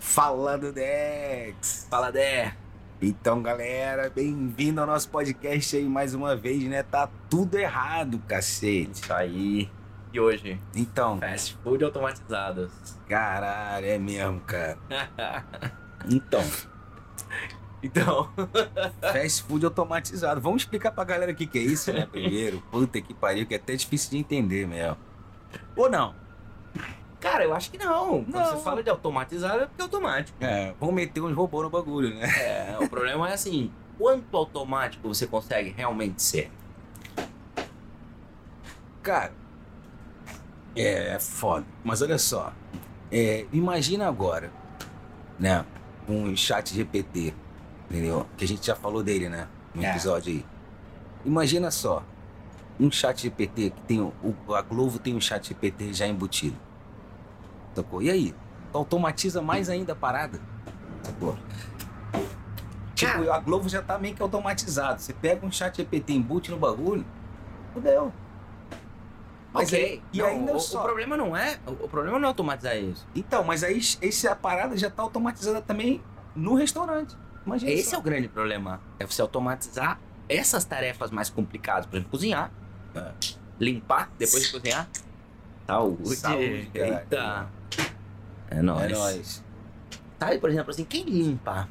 Falando Dex! Fala, Dé. Então, galera, bem-vindo ao nosso podcast aí mais uma vez, né? Tá tudo errado, cacete. Isso aí. E hoje, Então, fast food automatizados. caralho, é mesmo, cara. Então, então, fast food automatizado. Vamos explicar pra galera o que, que é isso, né? Primeiro, puta que pariu, que é até difícil de entender mesmo. Ou não. cara, eu acho que não. Quando Não. você fala de automatizado, é porque é automático. É, vão meter uns robôs no bagulho, né? É, o problema é assim, quanto automático você consegue realmente ser? Cara, é, é foda. Mas olha só, é, imagina agora, né? Um chat GPT, entendeu? Que a gente já falou dele, né? No É. episódio aí. Imagina só, um chat GPT que tem o, o- a Glovo tem um chat GPT já embutido. Sacou? E aí? Automatiza mais ainda a parada? Sacou? Tipo, a Glovo já tá meio que automatizado. Você pega um chat GPT embute no bagulho, fudeu. Mas Ok. aí- e Não, ainda o, só- o problema não é, o o problema não é automatizar isso. Então, mas aí esse, a parada já tá automatizada também no restaurante. Imagina Esse só. é o grande problema. É você automatizar essas tarefas mais complicadas, por exemplo, cozinhar, É. limpar depois de cozinhar. Saúde. Saúde, caralho. Eita. É nóis. É nóis. Sabe, por exemplo, assim, quem limpa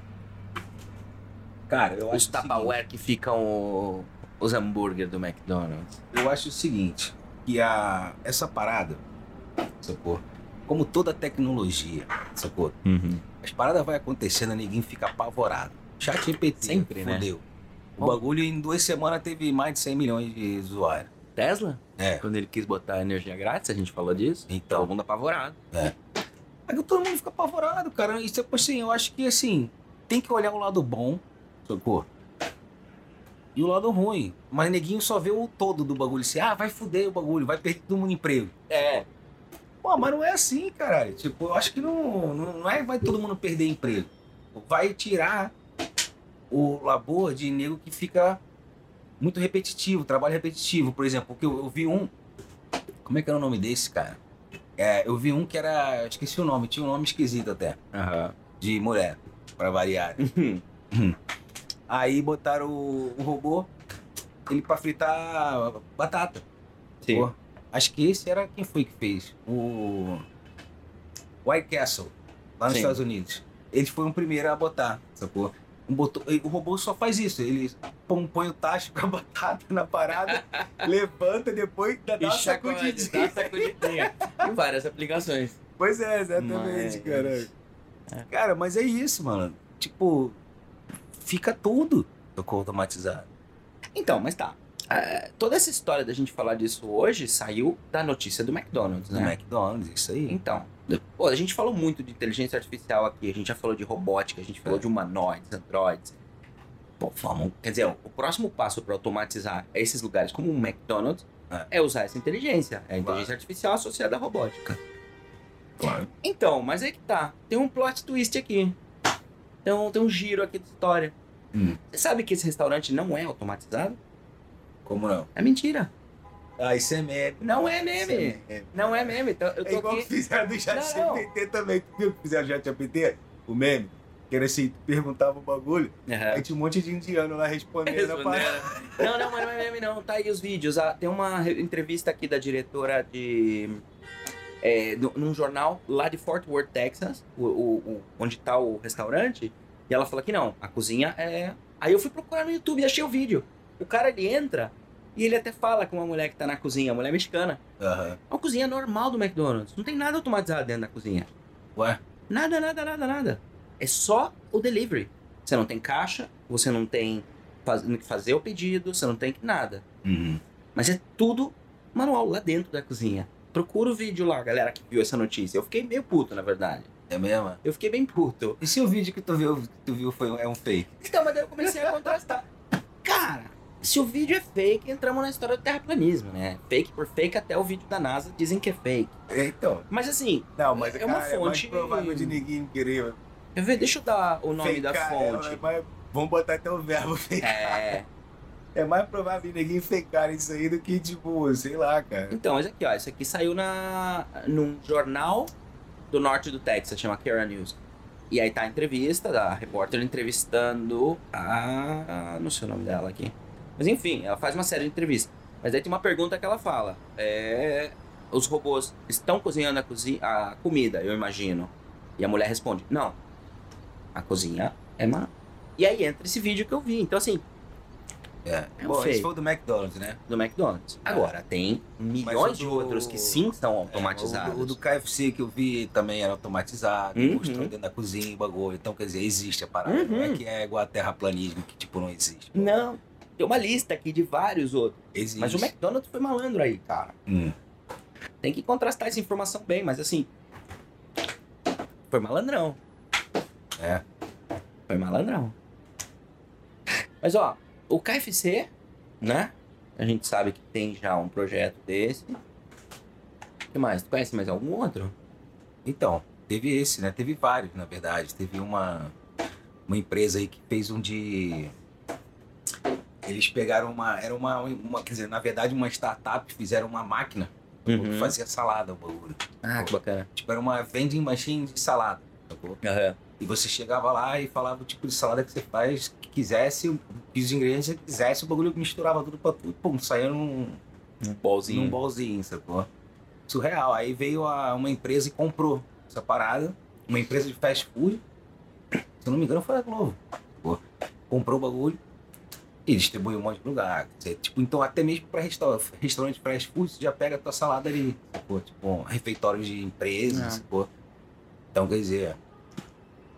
Cara, eu os acho, o seguinte, Tupperware que ficam o- os hambúrguer do McDonald's? eu acho o seguinte, que a, essa parada, sacou? Como toda tecnologia, sacou? As paradas vai acontecendo, ninguém fica apavorado. Chat GPT, Sempre, né? fudeu. O Bom. bagulho em duas semanas teve mais de 100 milhões de usuários. Tesla? É. Quando ele quis botar energia grátis, a gente falou disso. Então, Todo mundo apavorado. É que todo mundo fica apavorado, cara. E tipo assim, eu acho que assim, tem que olhar o lado bom, sacou? E o lado ruim. Mas neguinho só vê o todo do bagulho. Assim, ah, vai fuder o bagulho, vai perder todo mundo emprego. É. Pô, mas não é assim, caralho. Tipo, eu acho que não, não, não é vai todo mundo perder emprego. Vai tirar o labor de nego que fica muito repetitivo, trabalho repetitivo. Por exemplo, porque eu, eu vi um. Como é que era o nome desse, cara? É, eu vi um que era. eu Esqueci o nome, tinha um nome esquisito até. Aham. De mulher, pra variar. Aí botaram o, o robô, ele pra fritar batata. Sim. Pô, acho que esse era quem foi que fez? O White Castle, lá nos Sim. Estados Unidos. Eles foram o primeiro a botar, sacou? Um botão- e o robô só faz isso, ele põe, põe o tacho com a batata na parada, levanta depois dá, é dá uma sacudidinha. sacudidinha. e várias aplicações. Pois é, exatamente, Mas- cara. Cara, mas é isso, mano. Tipo, fica tudo sacou? automatizado. Então, mas tá. É, toda essa história da gente falar disso hoje saiu da notícia do McDonald's, No né? McDonald's, isso aí. Então, pô, a gente falou muito de inteligência artificial aqui, a gente já falou de robótica, a gente falou de humanoides, androides. Pô, vamos. Quer dizer, o próximo passo para automatizar esses lugares como o McDonald's é, usar essa inteligência. É a inteligência artificial associada à robótica. Claro. Então, mas aí que tá. Tem um plot twist aqui. Tem um, tem um giro aqui de história. Hum. Você sabe que esse restaurante não é automatizado? Como não? É mentira. Ah, isso é meme. Não é Isso é meme. meme. Não é meme. Então, eu É tô igual que aqui. fizeram do chat Não, não. GPT também. Tu viu que fizeram do chat GPT? O meme? Que era assim, tu perguntava o bagulho, Aham. aí tinha um monte de indiano lá respondendo a parada. Não, não, mas não é meme, não. Tá aí os vídeos. Ah, tem uma re- entrevista aqui da diretora de. é, do- num jornal lá de Fort Worth, Texas, o, o- o- onde tá o restaurante. E ela fala que não, a cozinha é. Aí eu fui procurar no YouTube e achei o vídeo. O cara ele entra e ele até fala com uma mulher que tá na cozinha, mulher mexicana. Aham. É uma cozinha normal do McDonald's. Não tem nada automatizado dentro da cozinha. Ué? Nada, nada, nada, nada. É só o delivery. Você não tem caixa, você não tem faz- que fazer o pedido, você não tem que nada. Uhum. Mas é tudo manual lá dentro da cozinha. Procura o vídeo lá, galera que viu essa notícia. Eu fiquei meio puto, na verdade. É mesmo? Eu fiquei bem puto. E se o vídeo que tu viu, que tu viu foi, um- é um fake? Então, mas daí eu comecei a contrastar. Cara, se o vídeo é fake, entramos na história do terraplanismo, né? Fake por fake, até o vídeo da NASA dizem que é fake. Então. Mas assim, Não, mas É uma cara, é mais fonte- provável de ninguém querer. eu ve- deixa eu dar o nome da fakear ela, fonte. é mais- Vamos botar até o verbo fake. É. É mais provável de ninguém fakear isso aí do que, tipo, sei lá, cara. Então, esse aqui, ó. Isso aqui saiu na, num jornal do norte do Texas, chama Kara News. E aí tá a entrevista, da repórter entrevistando a. a- Não sei o nome dela aqui. Mas enfim, ela faz uma série de entrevistas. Mas aí tem uma pergunta que ela fala: é, Os robôs estão cozinhando a, cozi a comida, eu imagino. E a mulher responde: Não, a cozinha é má. E aí entra esse vídeo que eu vi. Então, assim, É. É um Bom, esse fake. foi o do McDonald's, né? do McDonald's. Agora, tem Mas milhões o de do- outros que sim são É, automatizados. o, do- o do KFC que eu vi também era automatizado, Uhum. mostrou dentro da cozinha, o bagulho. Então, quer dizer, existe a parada. Uhum. Não é que é igual a terraplanismo, que tipo, não existe. Não, tem uma lista aqui de vários outros. Existe. Mas é- o McDonald's foi malandro aí, cara. Hum. Tem que contrastar essa informação bem, mas assim. Foi malandrão. É. Foi malandrão. Mas ó, o KFC, né? A gente sabe que tem já um projeto desse. O que mais? Tu conhece mais algum outro? Então, teve esse, né? Teve vários, na verdade. Teve uma, uma empresa aí que fez um de. Eles pegaram uma. Era uma, uma. Quer dizer, na verdade, uma startup, fizeram uma máquina Uhum. que fazia salada, o bagulho. Ah, que bacana. Tipo, era uma vending machine de salada, sacou? Aham. E você chegava lá e falava o tipo de salada que você faz, que quisesse, os ingredientes que você quisesse, o bagulho misturava tudo pra tudo, pum, saía num, Um bolzinho. Uhum. num bolzinho, sacou? Surreal. Aí veio a- uma empresa e comprou essa parada, uma empresa de fast food, se eu não me engano foi a Globo, sacou? Comprou o bagulho e distribuiu um monte de lugar. quer dizer, Tipo, então até mesmo pra restaura- restaurante fast food, você já pega a tua salada ali, sacou? Tipo, um refeitório de empresas, Ah. sacou? Então, quer dizer...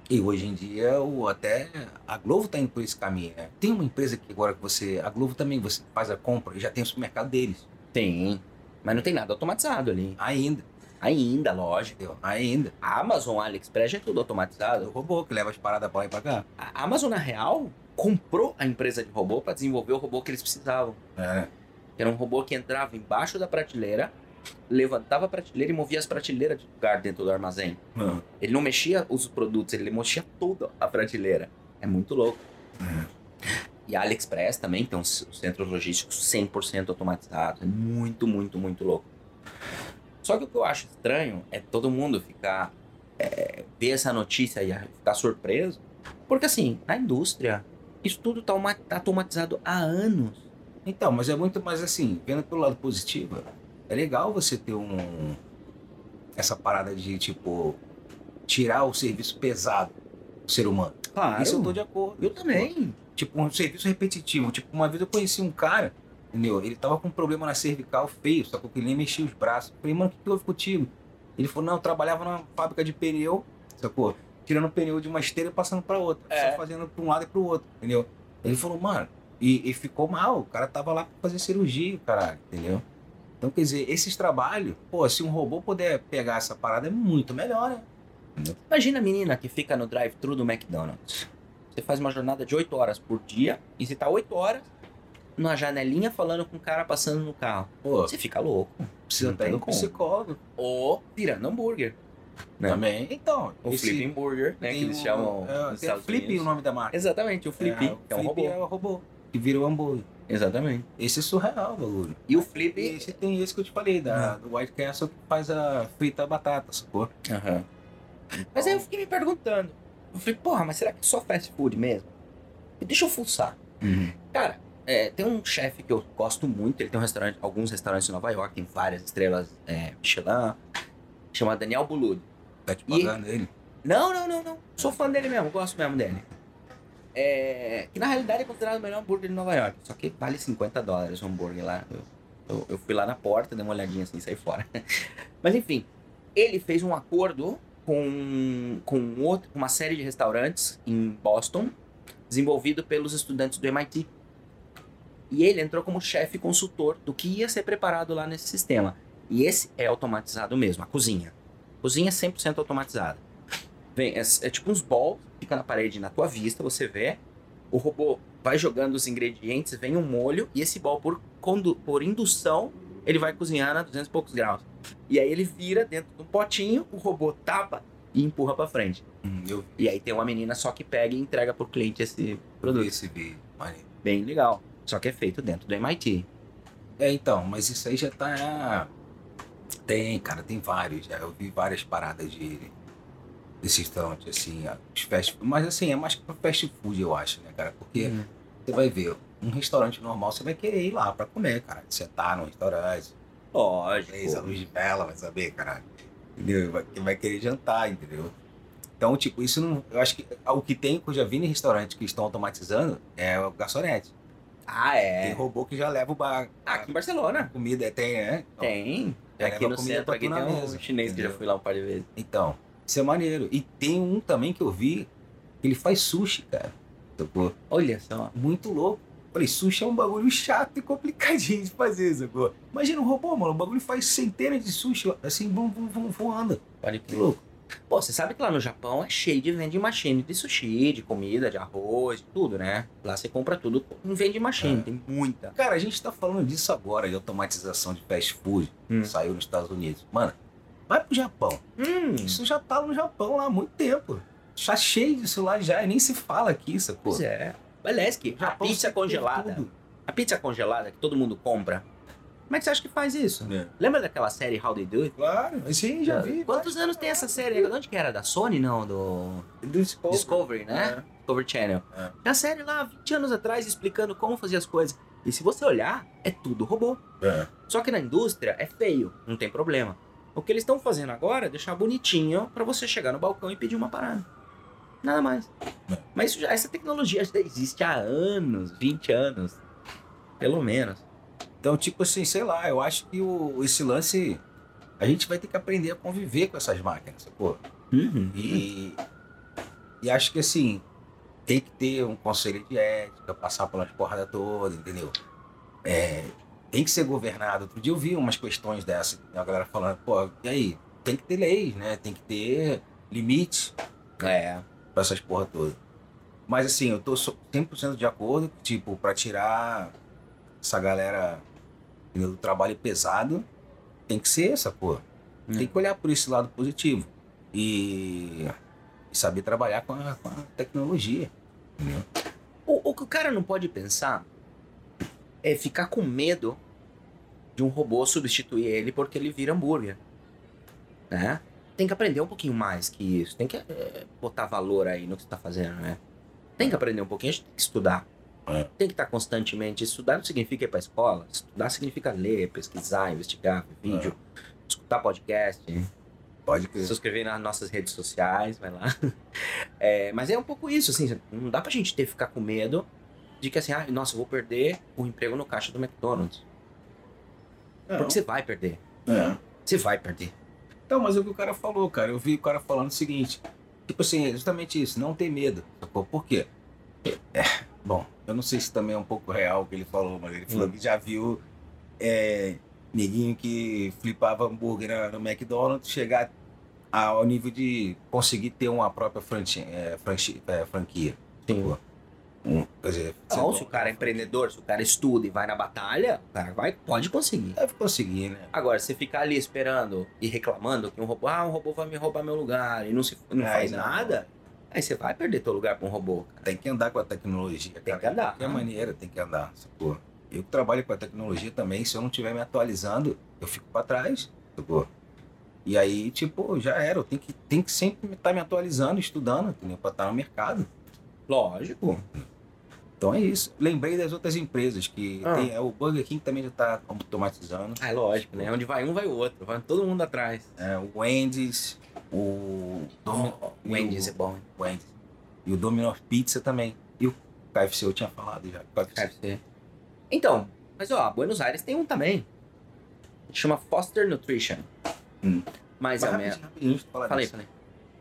E hoje em dia, o, até a Globo tá indo por esse caminho, né? Tem uma empresa que agora que você... A Globo também, você faz a compra e já tem o supermercado deles. Tem. Mas não tem nada automatizado ali. Ainda, Ainda, lógico. entendeu? Ainda. A Amazon, a AliExpress já é tudo Do automatizado. robô que leva as paradas pra lá e pra cá. A Amazon, na real, comprou a empresa de robô pra desenvolver o robô que eles precisavam. É. Que era um robô que entrava embaixo da prateleira, levantava a prateleira e movia as prateleiras de lugar dentro do armazém. Mano, Ele não mexia os produtos, ele mexia toda a prateleira. É muito louco. É. E a AliExpress também tem um c- um centro logístico 100% automatizado. É muito, muito, muito louco. Só que o que eu acho estranho é todo mundo ficar. é, ver essa notícia e a- ficar surpreso. Porque, assim, na indústria, isso tudo tá, uma- tá automatizado há anos. Então, mas é muito mais assim, vendo pelo lado positivo, é legal você ter um. Essa parada de, tipo, tirar o serviço pesado do ser humano. Claro. Isso eu tô de acordo. Eu também. Tipo, um serviço repetitivo. Tipo, uma vez eu conheci um cara, entendeu? Ele tava com um problema na cervical feio, só que ele nem mexia os braços. Eu Falei, mano, o que, que houve contigo? Ele falou, não, eu trabalhava numa fábrica de pneu, sacou? Tirando pneu de uma esteira e passando pra outra. É. Só fazendo pra um lado e pro outro, entendeu? Ele falou, mano, e, e ficou mal. O cara tava lá pra fazer cirurgia, caralho, entendeu? Então, quer dizer, esses trabalhos, pô, se um robô puder pegar essa parada, é muito melhor, né? Imagina a menina que fica no drive-thru do McDonald's. Você faz uma jornada de 8 horas por dia e você tá 8 horas numa janelinha falando com o cara passando no carro. Pô, Você fica louco. precisa não tem até de um como. psicólogo Ou virando hambúrguer. Né? também. Então, O esse- flipping burger, né? Que Tem eles o- é, chamam. nos tem o Estados Flip Unidos. o nome da marca. Exatamente, o Flippy, É, o que é um Flip robô. é o robô. Que vira o hambúrguer. Exatamente. Esse é surreal o bagulho. E Ah. o E Flippy. esse tem esse que eu te falei, da, do White Castle que faz a frita batata, sacou? Então, Aham. Mas aí eu fiquei me perguntando. Eu falei, porra, mas será que é só fast food mesmo? E Deixa eu fuçar. Cara, é, tem um chefe que eu gosto muito, ele tem um restaurante, alguns restaurantes em Nova York, tem várias estrelas é, Michelin, chama Daniel Bulud. Tá te E- pagando ele. Não, não, não, não. Sou fã dele mesmo, gosto mesmo dele. É, que na realidade é considerado o melhor hambúrguer de Nova York. Só que vale 50 dólares o hambúrguer lá. Eu, eu- eu fui lá na porta, dei uma olhadinha assim e saí fora. Mas enfim, ele fez um acordo com, com outro, uma série de restaurantes em Boston, desenvolvido pelos estudantes do MIT. E ele entrou como chefe consultor do que ia ser preparado lá nesse sistema. E esse é automatizado mesmo, a cozinha. Cozinha é 100% automatizada. Vem, é, é tipo uns balls, fica na parede na tua vista, você vê. O robô vai jogando os ingredientes, vem um molho, e esse ball, por, condu- por indução, ele vai cozinhar a 200 e poucos graus. E aí ele vira dentro de um potinho, o robô tapa e empurra pra frente. Hum, eu E aí tem uma menina só que pega e entrega pro cliente esse vi produto. esse vídeo. maneiro. Bem legal. Só que é feito dentro do MIT. É, então, mas isso aí já tá. Tem, cara, tem vários. Já. Eu vi várias paradas de. desse restaurante, assim, a- os fast Mas assim, é mais pra fast food, eu acho, né, cara? Porque você vai ver, um restaurante normal, você vai querer ir lá pra comer, cara. Sentar num restaurante, três, a Lógico. luz de vela, vai saber, caralho. Entendeu? Vai, vai querer jantar, entendeu? Então, tipo, isso não. Eu acho que ah, o que tem, que eu já vi em restaurantes que estão automatizando, é o garçonete. Ah, Tem é. robô que já leva o bar. Ah, aqui em Barcelona. comida, tem, é? Então, Tem. Já aqui leva no comida centro, pra aqui tu tem na um mesa, chinês que já entendeu? fui lá um par de vezes. Então, isso é maneiro. E tem um também que eu vi, que ele faz sushi, cara. Sacou? Olha só. Muito louco. Falei, sushi é um bagulho chato e complicadinho de fazer, sacou? Imagina um robô, mano. O bagulho faz centenas de sushi, ó, assim, vum, vum, vum, voando. Pode Que crer. louco. Pô, você sabe que lá no Japão é cheio de vending machine de sushi, de comida, de arroz, de tudo, né? Lá você compra tudo em vending machine, É. tem muita. Cara, a gente tá falando disso agora, de automatização de fast food. Hum. Saiu nos Estados Unidos. Mano, vai pro Japão. Hum, Isso já tá no Japão lá há muito tempo. Já cheio disso lá já, e nem se fala aqui, sacou? pois é. Valesque, a Japão pizza sempre teve congelada. tudo. A pizza congelada que todo mundo compra. Como é que você acha que faz isso? É. Lembra daquela série How They Do It? Ah, Claro, sim, já vi. É. Quantos anos tem essa série? De onde que era? Da Sony? Não, do Discovery, Discovery, né? Discovery Channel. É. É a série lá, 20 anos atrás, explicando como fazer as coisas. E se você olhar, é tudo robô. É. Só que na indústria é feio, não tem problema. O que eles estão fazendo agora é deixar bonitinho pra você chegar no balcão e pedir uma parada. Nada mais. É. Mas isso já, essa tecnologia já existe há anos, 20 anos. Pelo menos. Então, tipo assim, sei lá, eu acho que o, esse lance. A gente vai ter que aprender a conviver com essas máquinas, pô. Uhum. E, e acho que assim, tem que ter um conselho de ética, passar pelas porradas todas, entendeu? É, tem que ser governado. Outro dia eu vi umas questões dessa, a galera falando, pô, e aí? Tem que ter leis, né? Tem que ter limite. É. pra essas porra toda. Mas assim, eu tô so- 100% de acordo, tipo, pra tirar essa galera entendeu, do trabalho pesado, tem que ser essa porra. Hum. Tem que olhar por esse lado positivo e, e saber trabalhar com a, com a tecnologia. O, o que o cara não pode pensar é ficar com medo de um robô substituir ele porque ele vira hambúrguer. Né? Tem que aprender um pouquinho mais que isso. Tem que eh, botar valor aí no que você tá fazendo, né? Tem que aprender um pouquinho, a gente tem que estudar. É. Tem que estar constantemente. Estudar não significa ir pra escola. Estudar significa ler, pesquisar, investigar, ver vídeo, escutar podcast, Pode se inscrever nas nossas redes sociais, vai lá. É, mas é um pouco isso, assim, não dá pra gente ter ficar com medo de que assim, ah, nossa, eu vou perder o emprego no caixa do McDonald's. Porque você vai perder. Você vai perder. Então, mas é o que o cara falou, cara. Eu vi o cara falando o seguinte. Tipo assim, é justamente isso, não ter medo. Sacou? Por quê? É, bom, eu não sei se também é um pouco real o que ele falou, mas ele falou Hum. que já viu é, neguinho que flipava hambúrguer na- no McDonald's chegar ao nível de conseguir ter uma própria franchi- é, franchi- é, franquia. Sim. Um, quer dizer, ser Então, se o dono cara é da franquia. empreendedor, se o cara estuda e vai na batalha, o cara vai, pode conseguir. Deve conseguir, né? Agora, você ficar ali esperando e reclamando que um robô, ah, um robô vai me roubar meu lugar e não, se, É, não Aí faz não. nada, aí você vai perder teu lugar pra um robô. cara. Tem que andar com a tecnologia. Tem cara. que andar. né? De qualquer maneira, tem que andar. Sacou? Eu que trabalho com a tecnologia também, se eu não estiver me atualizando, eu fico para trás. Sacou? E aí, tipo, já era. Eu tenho que, tenho que sempre estar me atualizando, estudando, entendeu? Para estar tá no mercado. Lógico. Então é isso. Lembrei das outras empresas que Ah. tem- é, o Burger King também já está automatizando. Ah, é lógico, né? Onde vai um, vai o outro. Vai todo mundo atrás. É, o Wendy's, o, Domi- O Wendy's é bom, hein? Wendy's e o Domino's Pizza também. E o KFC eu tinha falado já. KFC. KFC. Então, mas ó, Buenos Aires tem um também. Chama Foster Nutrition. Hum. Mais Mas ou rapidinho, menos. rapidinho, deixa eu falar Falei, disso. falei.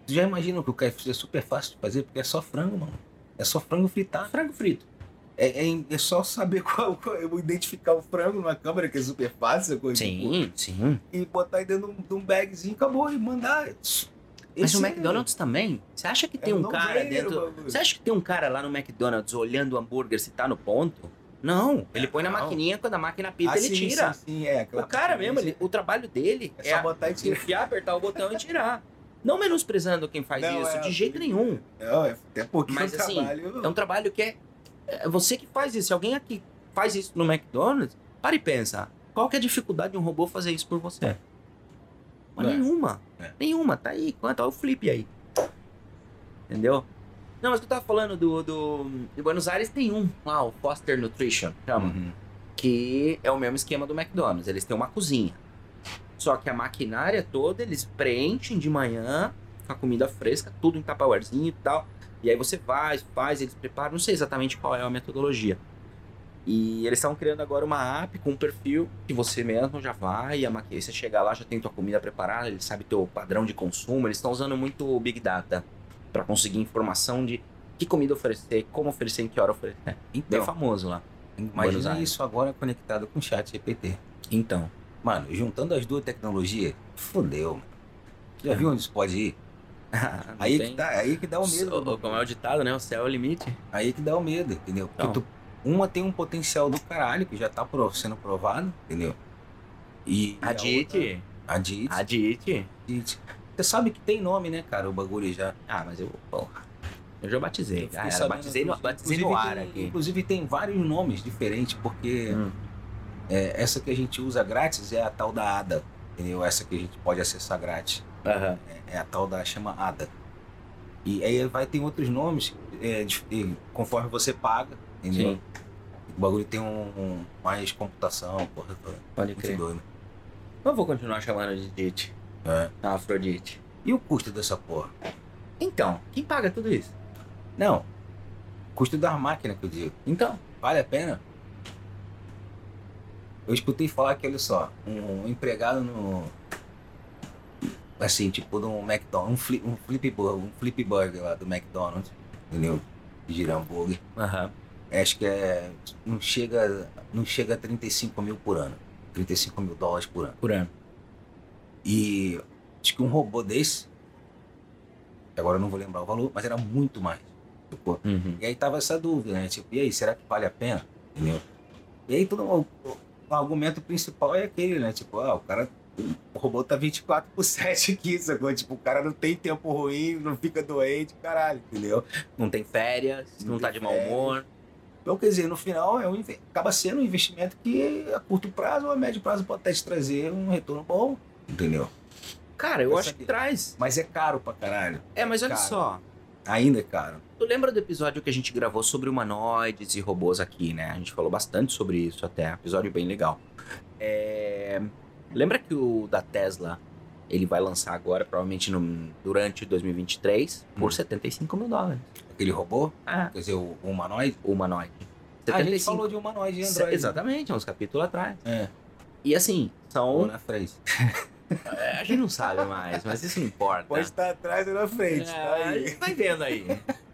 Tu já imagina que o KFC é super fácil de fazer, porque é só frango, mano. É só frango fritado. Frango frito. É, é- é só saber qual, qual- Eu vou identificar o frango numa câmera, que é super fácil. coisa tipo, sim. E botar aí dentro de um, de um bagzinho, acabou, e mandar. Mas Esse o é- McDonald's também? Você acha que é tem um no-brainer cara o dentro. bagulho. Você acha que tem um cara lá no McDonald's olhando o hambúrguer se tá no ponto? Não. Ele põe na Não. maquininha, quando a máquina pita, Ah, ele sim, tira. Sim, sim, é, O claro. cara mesmo, ele- o trabalho dele É é, só a- botar e tirar. enfiar, apertar o botão e tirar. Não menosprezando quem faz Não, isso, é- de jeito nenhum. Não, é- até porque Mas, o assim, trabalho. É um trabalho que é, é você que faz isso. Se alguém aqui faz isso no McDonald's, para e pensa. Qual que é a dificuldade de um robô fazer isso por você? Mas É. Nenhuma. É. Nenhuma. Tá aí. Quanto? Olha o é flip aí. Entendeu? Não, mas tu tava falando do, do. De Buenos Aires tem um lá, o Foster Nutrition, chama. Uhum. Que é o mesmo esquema do McDonald's. Eles têm uma cozinha. Só que a maquinária toda, eles preenchem de manhã com a comida fresca, tudo em tapawarzinho e tal. E aí você vai, faz, eles preparam, não sei exatamente qual é a metodologia. E eles estão criando agora uma app com um perfil que você mesmo já vai, a maqui... você chega lá, já tem tua comida preparada, ele sabe teu padrão de consumo, eles estão usando muito o Big Data para conseguir informação de que comida oferecer, como oferecer, em que hora oferecer. É Bem Então, famoso lá. Buenos imagina Aires. isso agora conectado com o chat GPT. Então, Mano, juntando as duas tecnologias, fodeu, mano. Já viu onde isso pode ir? não Aí que, tem- tá, aí que dá o medo. So- Como é o ditado, né? O céu é o limite. Aí que dá o medo, entendeu? Porque Então. tu- uma tem um potencial do caralho que já tá pro- sendo provado, entendeu? E A Dite. A Dite. A Dite. Dite. Você sabe que tem nome, né, cara, o bagulho já. Ah, mas eu. Porra. Eu já batizei. Eu fiquei Ah, era, sabendo, batizei no, inclusive. batizei no Inclusive ar tem- aqui. Inclusive tem vários nomes diferentes, porque Hum. é, essa que a gente usa grátis é a tal da ADA, entendeu? Essa que a gente pode acessar grátis. Aham. É a tal da chama ADA. E aí vai ter outros nomes é, de- e conforme você paga, entendeu? Sim, O bagulho tem um, um- mais computação, porra, porra, pode muito crer. doido. Eu vou continuar chamando de Dite. É. Afrodite. E o custo dessa porra? Então, quem paga tudo isso? Não. Custo das máquinas que eu digo. Então. Vale a pena? Eu escutei falar que, olha só, um empregado no. Assim, tipo, de um McDonald's, um flip, um flip, burger, um flip burger lá do McDonald's, entendeu? Gira hambúrguer. Aham. Acho que é. Não chega, não chega a 35 mil por ano. 35 mil dólares por ano. Por ano. E acho que um robô desse, agora eu não vou lembrar o valor, mas era muito mais. sacou? Uhum. E aí tava essa dúvida, né? Tipo, e aí, será que vale a pena? Entendeu? E aí todo o, o argumento principal é aquele, né? Tipo, ah, o cara. O robô tá 24 por 7 aqui, sacou? Tipo, o cara não tem tempo ruim, não fica doente, caralho, entendeu? Não tem férias, não, Não tá tem de mau férias. humor. Então, quer dizer, no final, é um, inve- acaba sendo um investimento que a curto prazo ou a médio prazo pode até te trazer um retorno bom, entendeu? Cara, eu Essa acho que aqui. traz. Mas é caro pra caralho. É, mas olha Cara. só. Ainda é caro. Tu lembra do episódio que a gente gravou sobre humanoides e robôs aqui, né? A gente falou bastante sobre isso até, episódio bem legal. É, Lembra que o da Tesla, ele vai lançar agora, provavelmente no- durante 2023, por Hum. 75 mil dólares. Aquele robô, Ah, quer dizer, o o humanoide. humanoide. Ah, a gente falou de humanoide e androide. Exatamente, uns capítulos atrás. É, E assim, ou são... é, na frente. A gente não sabe mais, mas isso não importa. estar atrás ou na frente. tá É, a gente vai vendo aí.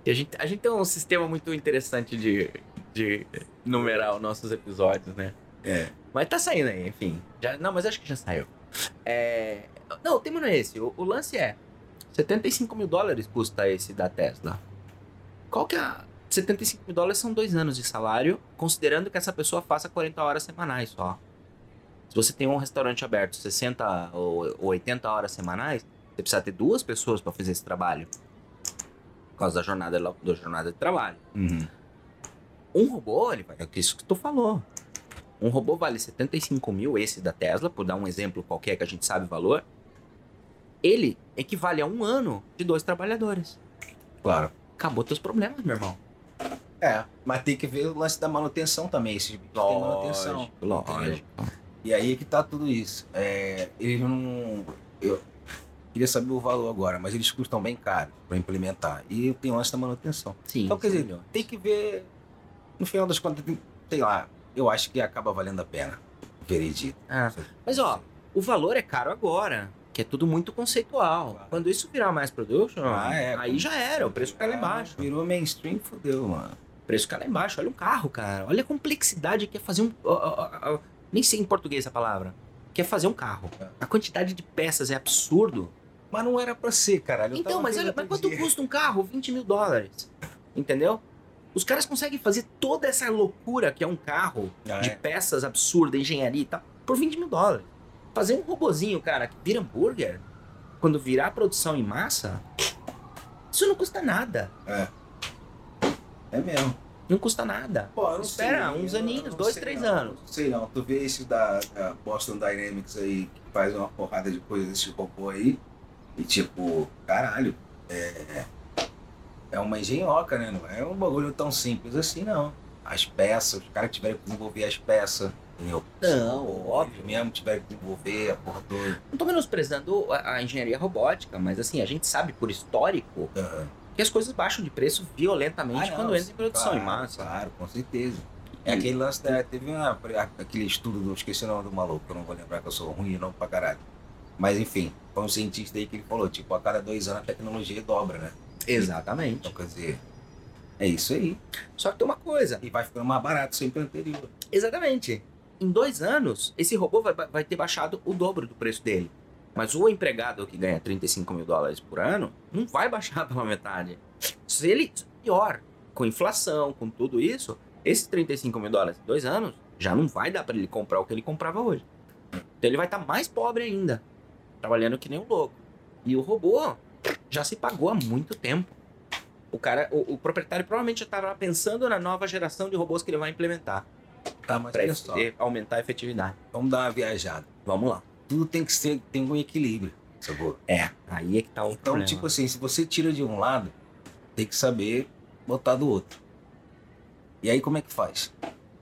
E a, gente, a gente tem um sistema muito interessante de, de numerar os nossos episódios, né? É. Mas tá saindo aí, enfim. Já, não, mas acho que já saiu. É, não, o tema não é esse. O, o lance é: 75 mil dólares custa esse da Tesla. Qual que é. a- 75 mil dólares são dois anos de salário, considerando que essa pessoa faça 40 horas semanais só. Se você tem um restaurante aberto 60 ou ou 80 horas semanais, você precisa ter duas pessoas para fazer esse trabalho. Por causa da jornada, la- da jornada de trabalho. uhum. Um robô, ele vai. É isso que tu falou. Um robô vale 75 mil, esse da Tesla, por dar um exemplo qualquer que a gente sabe o valor. Ele equivale a um ano de dois trabalhadores. Claro. Acabou teus problemas, meu irmão. É, mas tem que ver o lance da manutenção também. Esses bichos têm manutenção. lógico. E aí é que tá tudo isso. É, eles não. Eu queria saber o valor agora, mas eles custam bem caro pra implementar. E tem o lance da manutenção. Sim. Então, quer sim. dizer, tem que ver. No final das contas, tem- sei lá, eu acho que acaba valendo a pena. Veredito. Ah, mas ó, o valor é caro agora, que é tudo muito conceitual. Claro. Quando isso virar mais production, Ah, é, aí como já era, o preço cai lá embaixo. Virou mainstream, fodeu, mano. O preço cai lá embaixo. Olha um carro, cara. Olha a complexidade que é fazer um. ó, ó, ó, ó, nem sei em português essa palavra. Que é fazer um carro. É. A quantidade de peças é absurdo. Mas não era pra ser, caralho. Eu então, tava mas vendo olha, mas outro quanto dia. custa um carro? 20 mil dólares. Entendeu? Os caras conseguem fazer toda essa loucura que é um carro Ah, de é. peças absurdas, engenharia e tal, por 20 mil dólares. Fazer um robozinho, cara, que vira hambúrguer, quando virar produção em massa, isso não custa nada. É mesmo. Não custa nada. Pô, eu não Espera sei, uns eu aninhos, não dois, sei três não. anos. Não sei não, tu vê esse da, da Boston Dynamics aí, que faz uma porrada de coisa desse robô aí, e tipo, caralho, é, é uma engenhoca, né? Não é um bagulho tão simples assim, não. As peças, os caras tiveram que desenvolver as peças. entendeu? Não, Pô, óbvio. eles mesmo tiveram que desenvolver a porra toda. Não tô menosprezando a, a engenharia robótica, mas assim, a gente sabe por histórico Aham. que as coisas baixam de preço violentamente Ah, não, quando entram em produção claro, em massa. né? Claro, com certeza. É aquele lance da. Teve uma- aquele estudo, do, esqueci o nome do maluco, eu não vou lembrar que eu sou ruim de nome pra caralho. Mas enfim, foi um cientista aí que ele falou, tipo, a cada dois anos a tecnologia dobra, né? Exatamente. Então quer dizer, é isso aí. Só que tem uma coisa. E vai ficando mais barato sempre o anterior. Exatamente. Em dois anos, esse robô vai, vai ter baixado o dobro do preço dele. Mas o empregado que ganha 35 mil dólares por ano não vai baixar pela metade. Se ele. Pior, com inflação, com tudo isso, esses 35 mil dólares em dois anos já não vai dar para ele comprar o que ele comprava hoje. Então ele vai estar mais pobre ainda, trabalhando que nem um louco. E o robô já se pagou há muito tempo. O cara, o, o proprietário provavelmente já estava pensando na nova geração de robôs que ele vai implementar Tá, mas para olha só, aumentar a efetividade. vamos dar uma viajada. Vamos lá. Tudo tem que ser, tem um equilíbrio, sacou? É, aí é que tá o Então, problema. tipo assim, se você tira de um lado, tem que saber botar do outro. E aí como é que faz?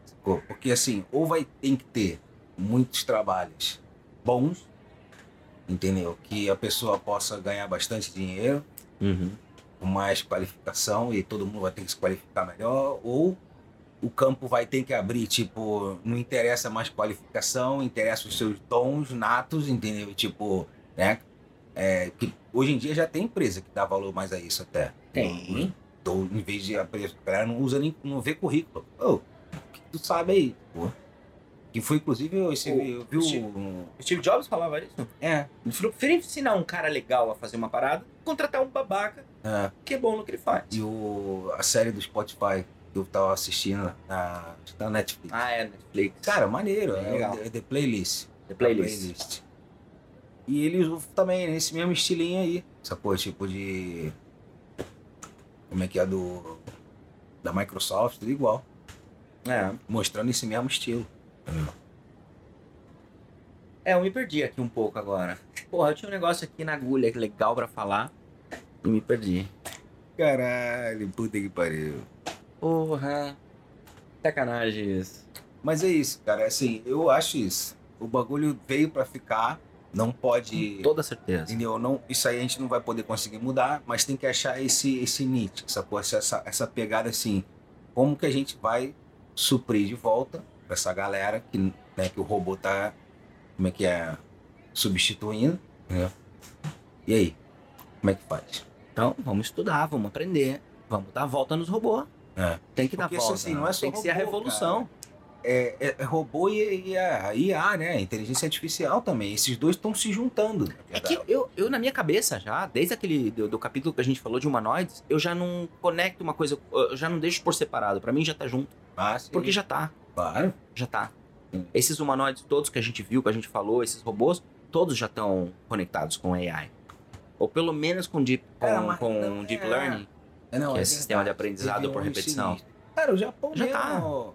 Sacou? Porque assim, ou vai tem que ter muitos trabalhos bons, entendeu? Que a pessoa possa ganhar bastante dinheiro, Uhum. com mais qualificação e todo mundo vai ter que se qualificar melhor, ou o campo vai ter que abrir, tipo, não interessa mais qualificação, interessa os seus dons natos, entendeu? Tipo, né? É, que hoje em dia já tem empresa que dá valor mais a isso até. Tem. Então, em vez de a empresa, a galera não usa nem, não vê currículo. Ô, o que tu sabe aí? Pô. Que foi, inclusive, esse, O- eu vi esse- um- O Steve Jobs falava isso. É, Prefiro ensinar um cara legal a fazer uma parada, contratar um babaca é. que é bom no que ele faz. E o, a série do Spotify que eu tava assistindo na, na Netflix. Ah, é, Netflix. Cara, maneiro. É É, legal. o The, The Playlist. The A playlist. Playlist. E eles usam também nesse mesmo estilinho aí. Sacou? Tipo de. Como é que é do. Da Microsoft, tudo igual. É. Mostrando esse mesmo estilo. é, eu me perdi aqui um pouco agora. Porra, eu tinha um negócio aqui na agulha que legal pra falar e me perdi. Caralho, puta que pariu. Porra. Sacanagem isso. Mas é isso, cara. Assim, eu acho isso. O bagulho veio pra ficar. Não pode. Toda certeza. Entendeu? Não, isso aí a gente não vai poder conseguir mudar, mas tem que achar esse, esse nicho, essa, coisa, essa, essa pegada assim. Como que a gente vai suprir de volta pra essa galera que, né, que o robô tá, como é que é, substituindo, né? E aí, como é que faz? Então, vamos estudar, vamos aprender. Vamos dar a volta nos robôs. É. Tem que dar Porque isso, volta. assim, não é só Tem que ser a robô, revolução. É, é- é robô e, e a IA, né? Inteligência artificial também. Esses dois estão se juntando. na É verdade. que eu, eu, na minha cabeça já, desde aquele do, do capítulo que a gente falou de humanoides, eu já não conecto uma coisa, eu já não deixo por separado. Pra mim já tá junto, Ah, sim, porque já tá, claro. já tá. Sim. Esses humanoides todos que a gente viu, que a gente falou, esses robôs, todos já estão conectados com AI. Ou pelo menos com deep, com, Cara, mas com não deep é- learning. É, não, Que é verdade. sistema de aprendizado Teve por um repetição. sinistro. Cara, o Japão Já mesmo tá.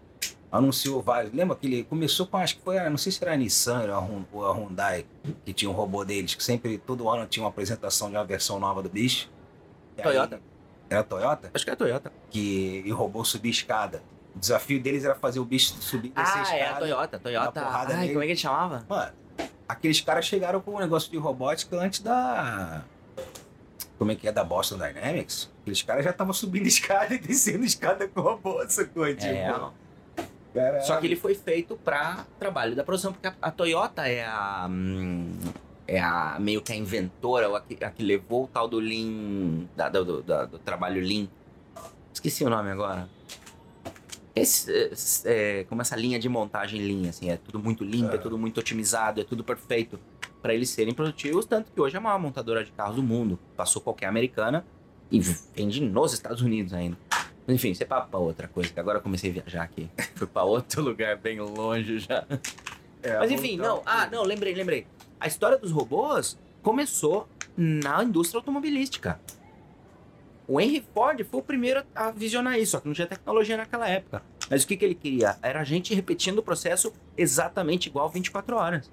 anunciou vários. Lembra que ele começou com, acho que foi, a- não sei se era a Nissan era a Hun- ou a Hyundai, que tinha um robô deles, que sempre, todo ano tinha uma apresentação de uma versão nova do bicho. E aí- Toyota. era a Toyota? Acho que é a Toyota. Que e o robô subia escada. O desafio deles era fazer o bicho subir dessa Ah, escada. é a Toyota. Toyota. dá porrada Ai, nele. como é que ele chamava? Mano, aqueles caras chegaram com um negócio de robótica antes da. Como é que é? Da Boston Dynamics? Aqueles caras já estavam subindo escada e descendo escada com robô, essa coisa. É, tipo, caralho. Só que ele foi feito pra trabalho da produção, porque a, a Toyota é a. hum, É a meio que a inventora, ou a que, a que levou o tal do Lean. da- do, do- da- do trabalho Lean. Esqueci o nome agora. Esse, esse, é, como essa linha de montagem Lean, assim, é tudo muito limpo, é, É. tudo muito otimizado, é tudo perfeito pra eles serem produtivos, tanto que hoje é a maior montadora de carros do mundo. Passou qualquer americana e vende nos Estados Unidos ainda. Mas, Enfim, isso é papo pra outra coisa, que agora eu comecei a viajar aqui. Fui pra outro lugar bem longe já. É, Mas enfim, voltando não. Ah, pro- não, lembrei, lembrei. A história dos robôs começou na indústria automobilística. O Henry Ford foi o primeiro a visionar isso, só que não tinha tecnologia naquela época. Mas o que, que ele queria? Era a gente repetindo o processo exatamente igual 24 horas.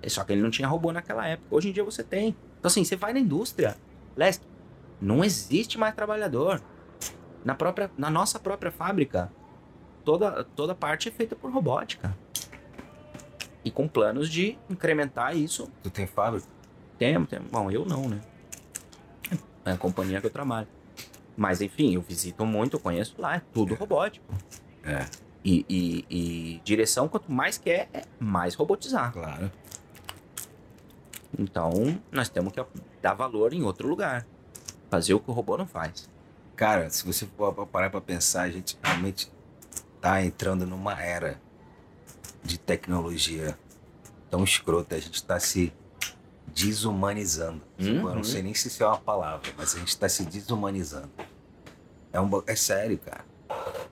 É Só que ele não tinha robô naquela época. Hoje em dia você tem. Então assim, você vai na indústria, Leste, Não existe mais trabalhador. Na, própria, na nossa própria fábrica, toda, toda parte é feita por robótica. E com planos de incrementar isso. Tu tem fábrica? Temos, temos. Bom, eu não, né? É a companhia que eu trabalho. Mas enfim, eu visito muito, eu conheço lá, é tudo robótico. É. E, e- e direção, quanto mais quer, é mais robotizar. Claro. Então, nós temos que dar valor em outro lugar. Fazer o que o robô não faz. Cara, se você for pa- parar pra pensar, a gente realmente tá entrando numa era de tecnologia tão escrota. A gente tá se desumanizando. Tipo, Eu Uhum. não sei nem se isso é uma palavra, mas a gente tá se desumanizando. É, um, ba- é sério, cara.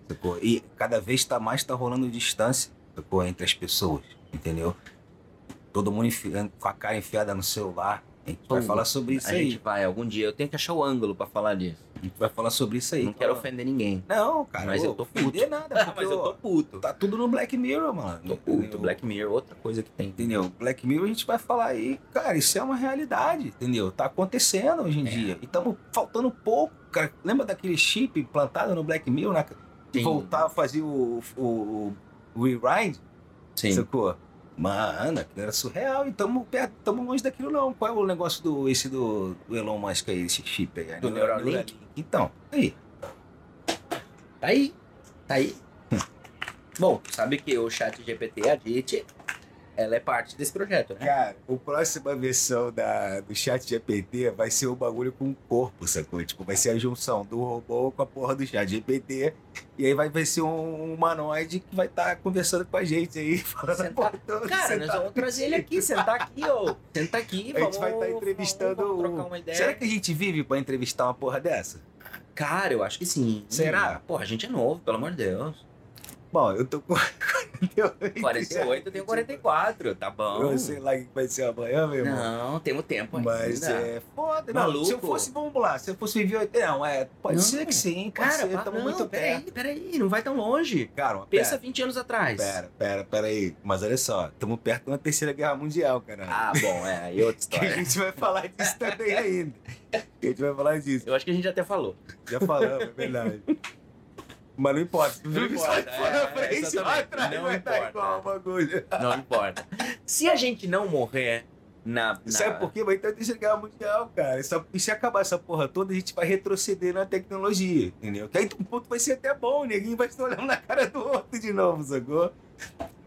Sacou? E cada vez tá mais tá rolando distância sacou? entre as pessoas, entendeu? Todo mundo enfiando, com a cara enfiada no celular. A gente vai Pô, falar sobre isso a aí. gente vai algum dia. Eu tenho que achar o ângulo pra falar disso. A gente vai falar sobre isso aí. não quero Fala- ofender ninguém. Ah, não, cara. Mas ô, eu tô ofender puto. nada, porque, ó, puto. Tá tudo no Black Mirror, mano. Tô puto. Entendeu? Black Mirror, outra coisa que tem. Entendeu? Black Mirror a gente vai falar aí, cara, isso é uma realidade, entendeu? Tá acontecendo hoje em É. dia. E tamo faltando pouco, cara. Lembra daquele chip implantado no Black Mirror, né? Que Sim. voltava a fazer o, o, o rewind, Sim. sacou? Mano, aquilo era surreal e tamo, perto, tamo longe daquilo não. Qual é o negócio do, esse do, do Elon Musk aí, esse chip aí? Do A Neuralink? Então, aí. Tá aí. Tá aí. Bom, sabe que o chat GPT, a DIT, ela é parte desse projeto, né? Cara, a próxima versão da, do chat GPT vai ser o bagulho com o corpo, sacou? Tipo, vai ser a junção do robô com a porra do chat GPT. E aí vai, vai ser um humanoide que vai estar conversando com a gente aí. Falando a porra toda, tá- tá Cara, né? nós sentado. vamos trazer ele aqui, sentar aqui, ô. Senta aqui, A vamos. gente vai estar entrevistando Vamos, o- trocar uma ideia. Será que a gente vive pra entrevistar uma porra dessa? Cara, eu acho que sim. Será? Porra, a gente é novo, pelo amor de Deus. Bom, eu tô com 48. 48, eu tenho 44, tá bom. Eu sei lá o que vai ser amanhã, meu irmão. Não, temos tempo ainda. Mas é foda, não. Maluco. Se eu fosse, vamos lá, se eu fosse viver. oit- Não, é, pode Não. ser que sim, pode Cara, ser, pa- tamo não, muito perto. peraí, peraí, não vai tão longe. Cara, uma Pensa 20 anos atrás. Pera, pera, pera aí. Mas olha só, estamos perto de uma terceira guerra mundial, cara. Ah, bom, é, aí outra que a história. gente vai falar disso também ainda. Que a gente vai falar disso. Eu acho que a gente até falou. Já falamos, é verdade. Mas não importa. Não importa, Se for na é, frente, exatamente. lá atrás, Não vai importa. estar igual o bagulho. Não importa. Se a gente não morrer na. na- Sabe por quê? Vai ter uma terceira guerra mundial, cara. Essa- e se acabar essa porra toda, a gente vai retroceder na tecnologia, entendeu? Que aí um ponto vai ser até bom, ninguém vai se olhando na cara do outro de novo, sacou?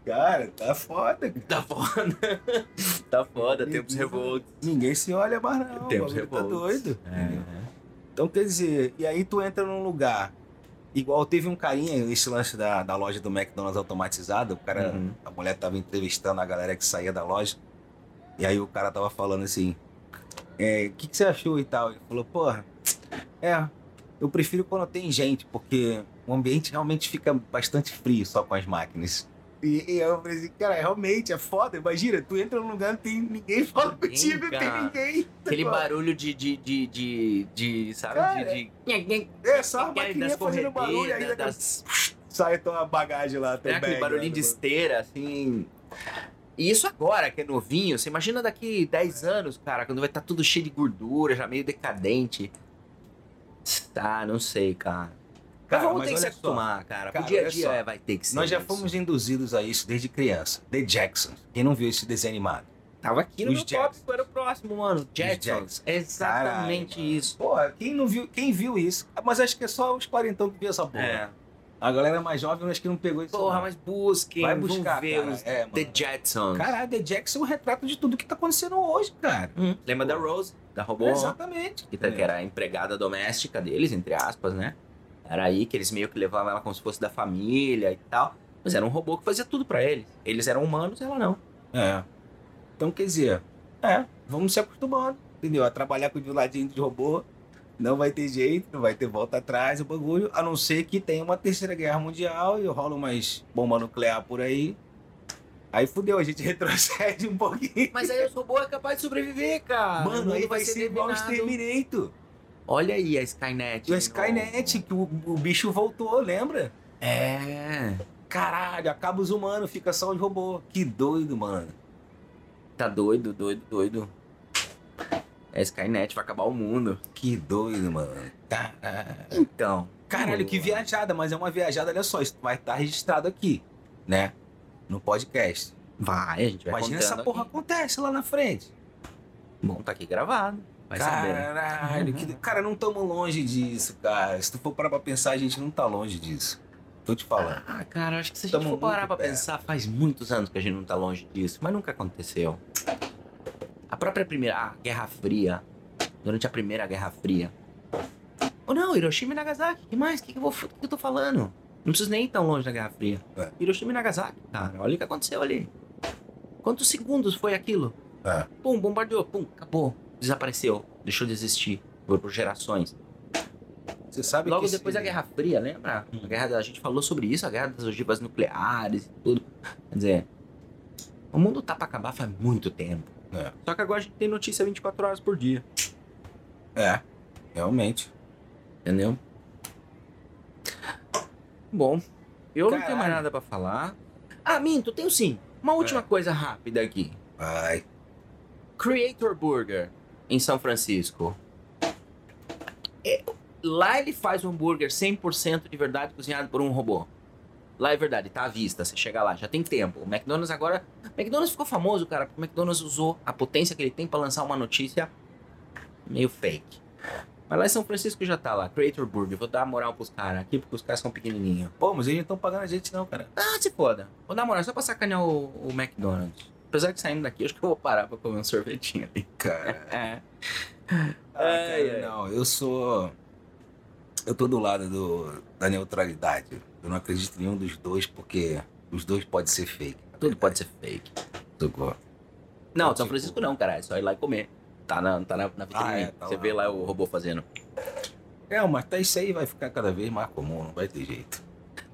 Cara, tá foda, cara. Tá foda. tá foda, tempos revoltos. Ninguém se olha mais, não. O bagulho Tempos tá revoltos. doido. entendeu? É. Então, quer dizer, e aí tu entra num lugar. Igual teve um carinha, esse lance da, da loja do McDonald's automatizada, o cara, Uhum. a mulher tava entrevistando a galera que saía da loja, e aí o cara tava falando assim, é, o que, que você achou e tal? Ele falou, porra, é, eu prefiro quando tem gente, porque o ambiente realmente fica bastante frio só com as máquinas. E, e eu falei assim, cara, realmente é foda, imagina, tu entra num lugar, não tem ninguém falando Ninguém, contigo, não tem cara. ninguém. tá Aquele Sacou? barulho de. de, de, de, de sabe? Cara, de, de... É, só a Aquele maquininha fazendo barulho ainda. das... Sai a tua bagagem lá, teu Será aquele bag, barulhinho né, de esteira, assim. E isso agora, que é novinho. Você imagina daqui 10 anos, cara, quando vai estar tudo cheio de gordura, já meio decadente. Tá, não sei, cara. Cara, mas vamos mas ter que se olha só. acostumar, cara. Cara, Pro dia a olha dia só. é, vai ter que ser. Nós já isso. fomos induzidos a isso desde criança. The Jacksons. Quem não viu esse desenho animado? Tava aqui no Os meu Jacksons. tópico, era o próximo, mano. Jetsons. Jacksons. Exatamente Caralho, mano. isso. Porra, quem não viu, quem viu isso? Ah, Mas acho que é só os quarentão que viu essa porra. É. A galera mais jovem acho que não pegou isso. Porra, não. mas busquem, vai buscar, vão ver cara. os É, mano. The Jetsons. Caralho, The Jackson é um retrato de tudo que tá acontecendo hoje, cara. Hum, Lembra da Rose, da robô? Exatamente. É. que, tá- que era a empregada doméstica deles, entre aspas, né? Era aí que eles meio que levavam ela como se fosse da família e tal. Mas era um robô que fazia tudo pra eles. Eles eram humanos, ela não. É. Então, quer dizer, é, vamos se acostumando, entendeu? A trabalhar com o ladinho de robô, não vai ter jeito, não vai ter volta atrás o bagulho, a não ser que tenha uma terceira guerra mundial e rola umas bomba nuclear por aí. Aí fudeu, a gente retrocede um pouquinho. Mas aí os robôs é capaz de sobreviver, cara. O Mano, mundo aí vai ser igual o dominado. Exterminator. Olha aí a Skynet. E o de Skynet, novo. que o, o bicho voltou, lembra? É. Caralho, acaba os humanos, fica só os robôs. Que doido, mano. Tá doido, doido, doido. É Skynet, vai acabar o mundo. Que doido, mano. Tá. Então. Caralho, que viajada, mas é uma viajada, olha só, isso vai estar registrado aqui, né? No podcast. Vai, a gente vai Imagina contando essa porra aqui. acontece lá na frente. Bom, tá aqui gravado. Vai saber. né? Caralho, que... cara, não estamos longe disso, cara. Se tu for parar pra pensar, a gente não tá longe disso. Tô te falando. Ah, cara, acho que se a gente Tamo for parar muito pra perto. pensar, faz muitos anos que a gente não tá longe disso, mas nunca aconteceu. A própria primeira a Guerra Fria, durante a primeira Guerra Fria. Ou não, Hiroshima e Nagasaki, que mais? O que, que, eu vou- que que eu tô falando? Não preciso nem ir tão longe da Guerra Fria. É. Hiroshima e Nagasaki, cara, olha o que aconteceu ali. Quantos segundos foi aquilo? É. Pum, bombardeou, pum, acabou. Desapareceu, deixou de existir por- por gerações. Você sabe Logo que depois esse- da Guerra Fria, lembra? A, guerra da, a gente falou sobre isso, a guerra das ogivas nucleares e tudo. Quer dizer, o mundo tá pra acabar faz muito tempo. né? É. Só que agora a gente tem notícia 24 horas por dia, É, realmente. entendeu? Bom, eu não tenho mais Caralho. nada pra falar. Ah, Minto, tenho sim. Uma última coisa rápida aqui. Ai, Creator Burger em São Francisco. É, lá ele faz um hambúrguer 100% de verdade cozinhado por um robô. Lá é verdade, tá à vista, você chega lá, já tem tempo. O McDonald's agora. O McDonald's ficou famoso, cara, porque o McDonald's usou a potência que ele tem pra lançar uma notícia meio fake. Mas lá em São Francisco já tá lá, Creator Burger. Vou dar moral pros caras aqui, porque os caras são pequenininhos. pô, mas eles não estão pagando a gente não, cara. Ah, se foda. Vou dar moral só pra sacanear o, o McDonald's. Apesar de saindo daqui, acho que eu vou parar pra comer um sorvetinho ali. Cara, ah, É. cara, Ai, ai. não, eu sou... Eu tô do lado do- da neutralidade. Eu não acredito em nenhum dos dois, porque os dois podem ser fake. Tudo pode ser fake. Socorro. tá Não, Então, São tipo- Francisco não, cara. É só ir lá e comer. Tá na, tá na, na vitrine. Ah, é, tá Você lá. vê lá o robô fazendo. É, mas tá isso aí vai ficar cada vez mais comum, não vai ter jeito.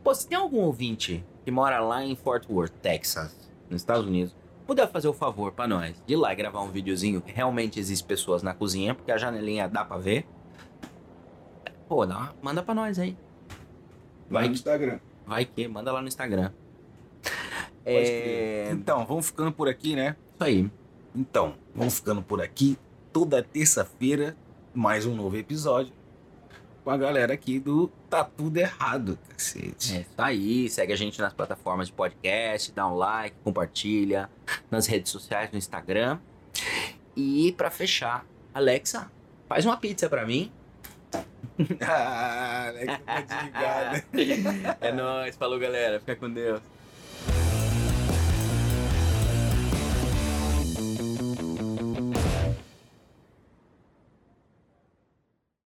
Pô, se tem algum ouvinte que mora lá em Fort Worth, Texas, nos Estados Unidos, puder fazer o favor pra nós de ir lá e gravar um videozinho que realmente existe pessoas na cozinha, porque a janelinha dá pra ver. Pô, dá uma- manda pra nós aí. Vai, que- tá Instagram. vai que, manda lá no Instagram. crer. É. Então, vamos ficando por aqui, né? Isso aí. Então, vamos ficando por aqui. Toda terça-feira, mais um novo episódio com a galera aqui do Tá Tudo Errado, cacete. É isso aí, segue a gente nas plataformas de podcast, dá um like, compartilha nas redes sociais, no Instagram. E pra fechar, Alexa, faz uma pizza pra mim. ah, Alex, tá desligado. é nóis, falou galera, fica com Deus.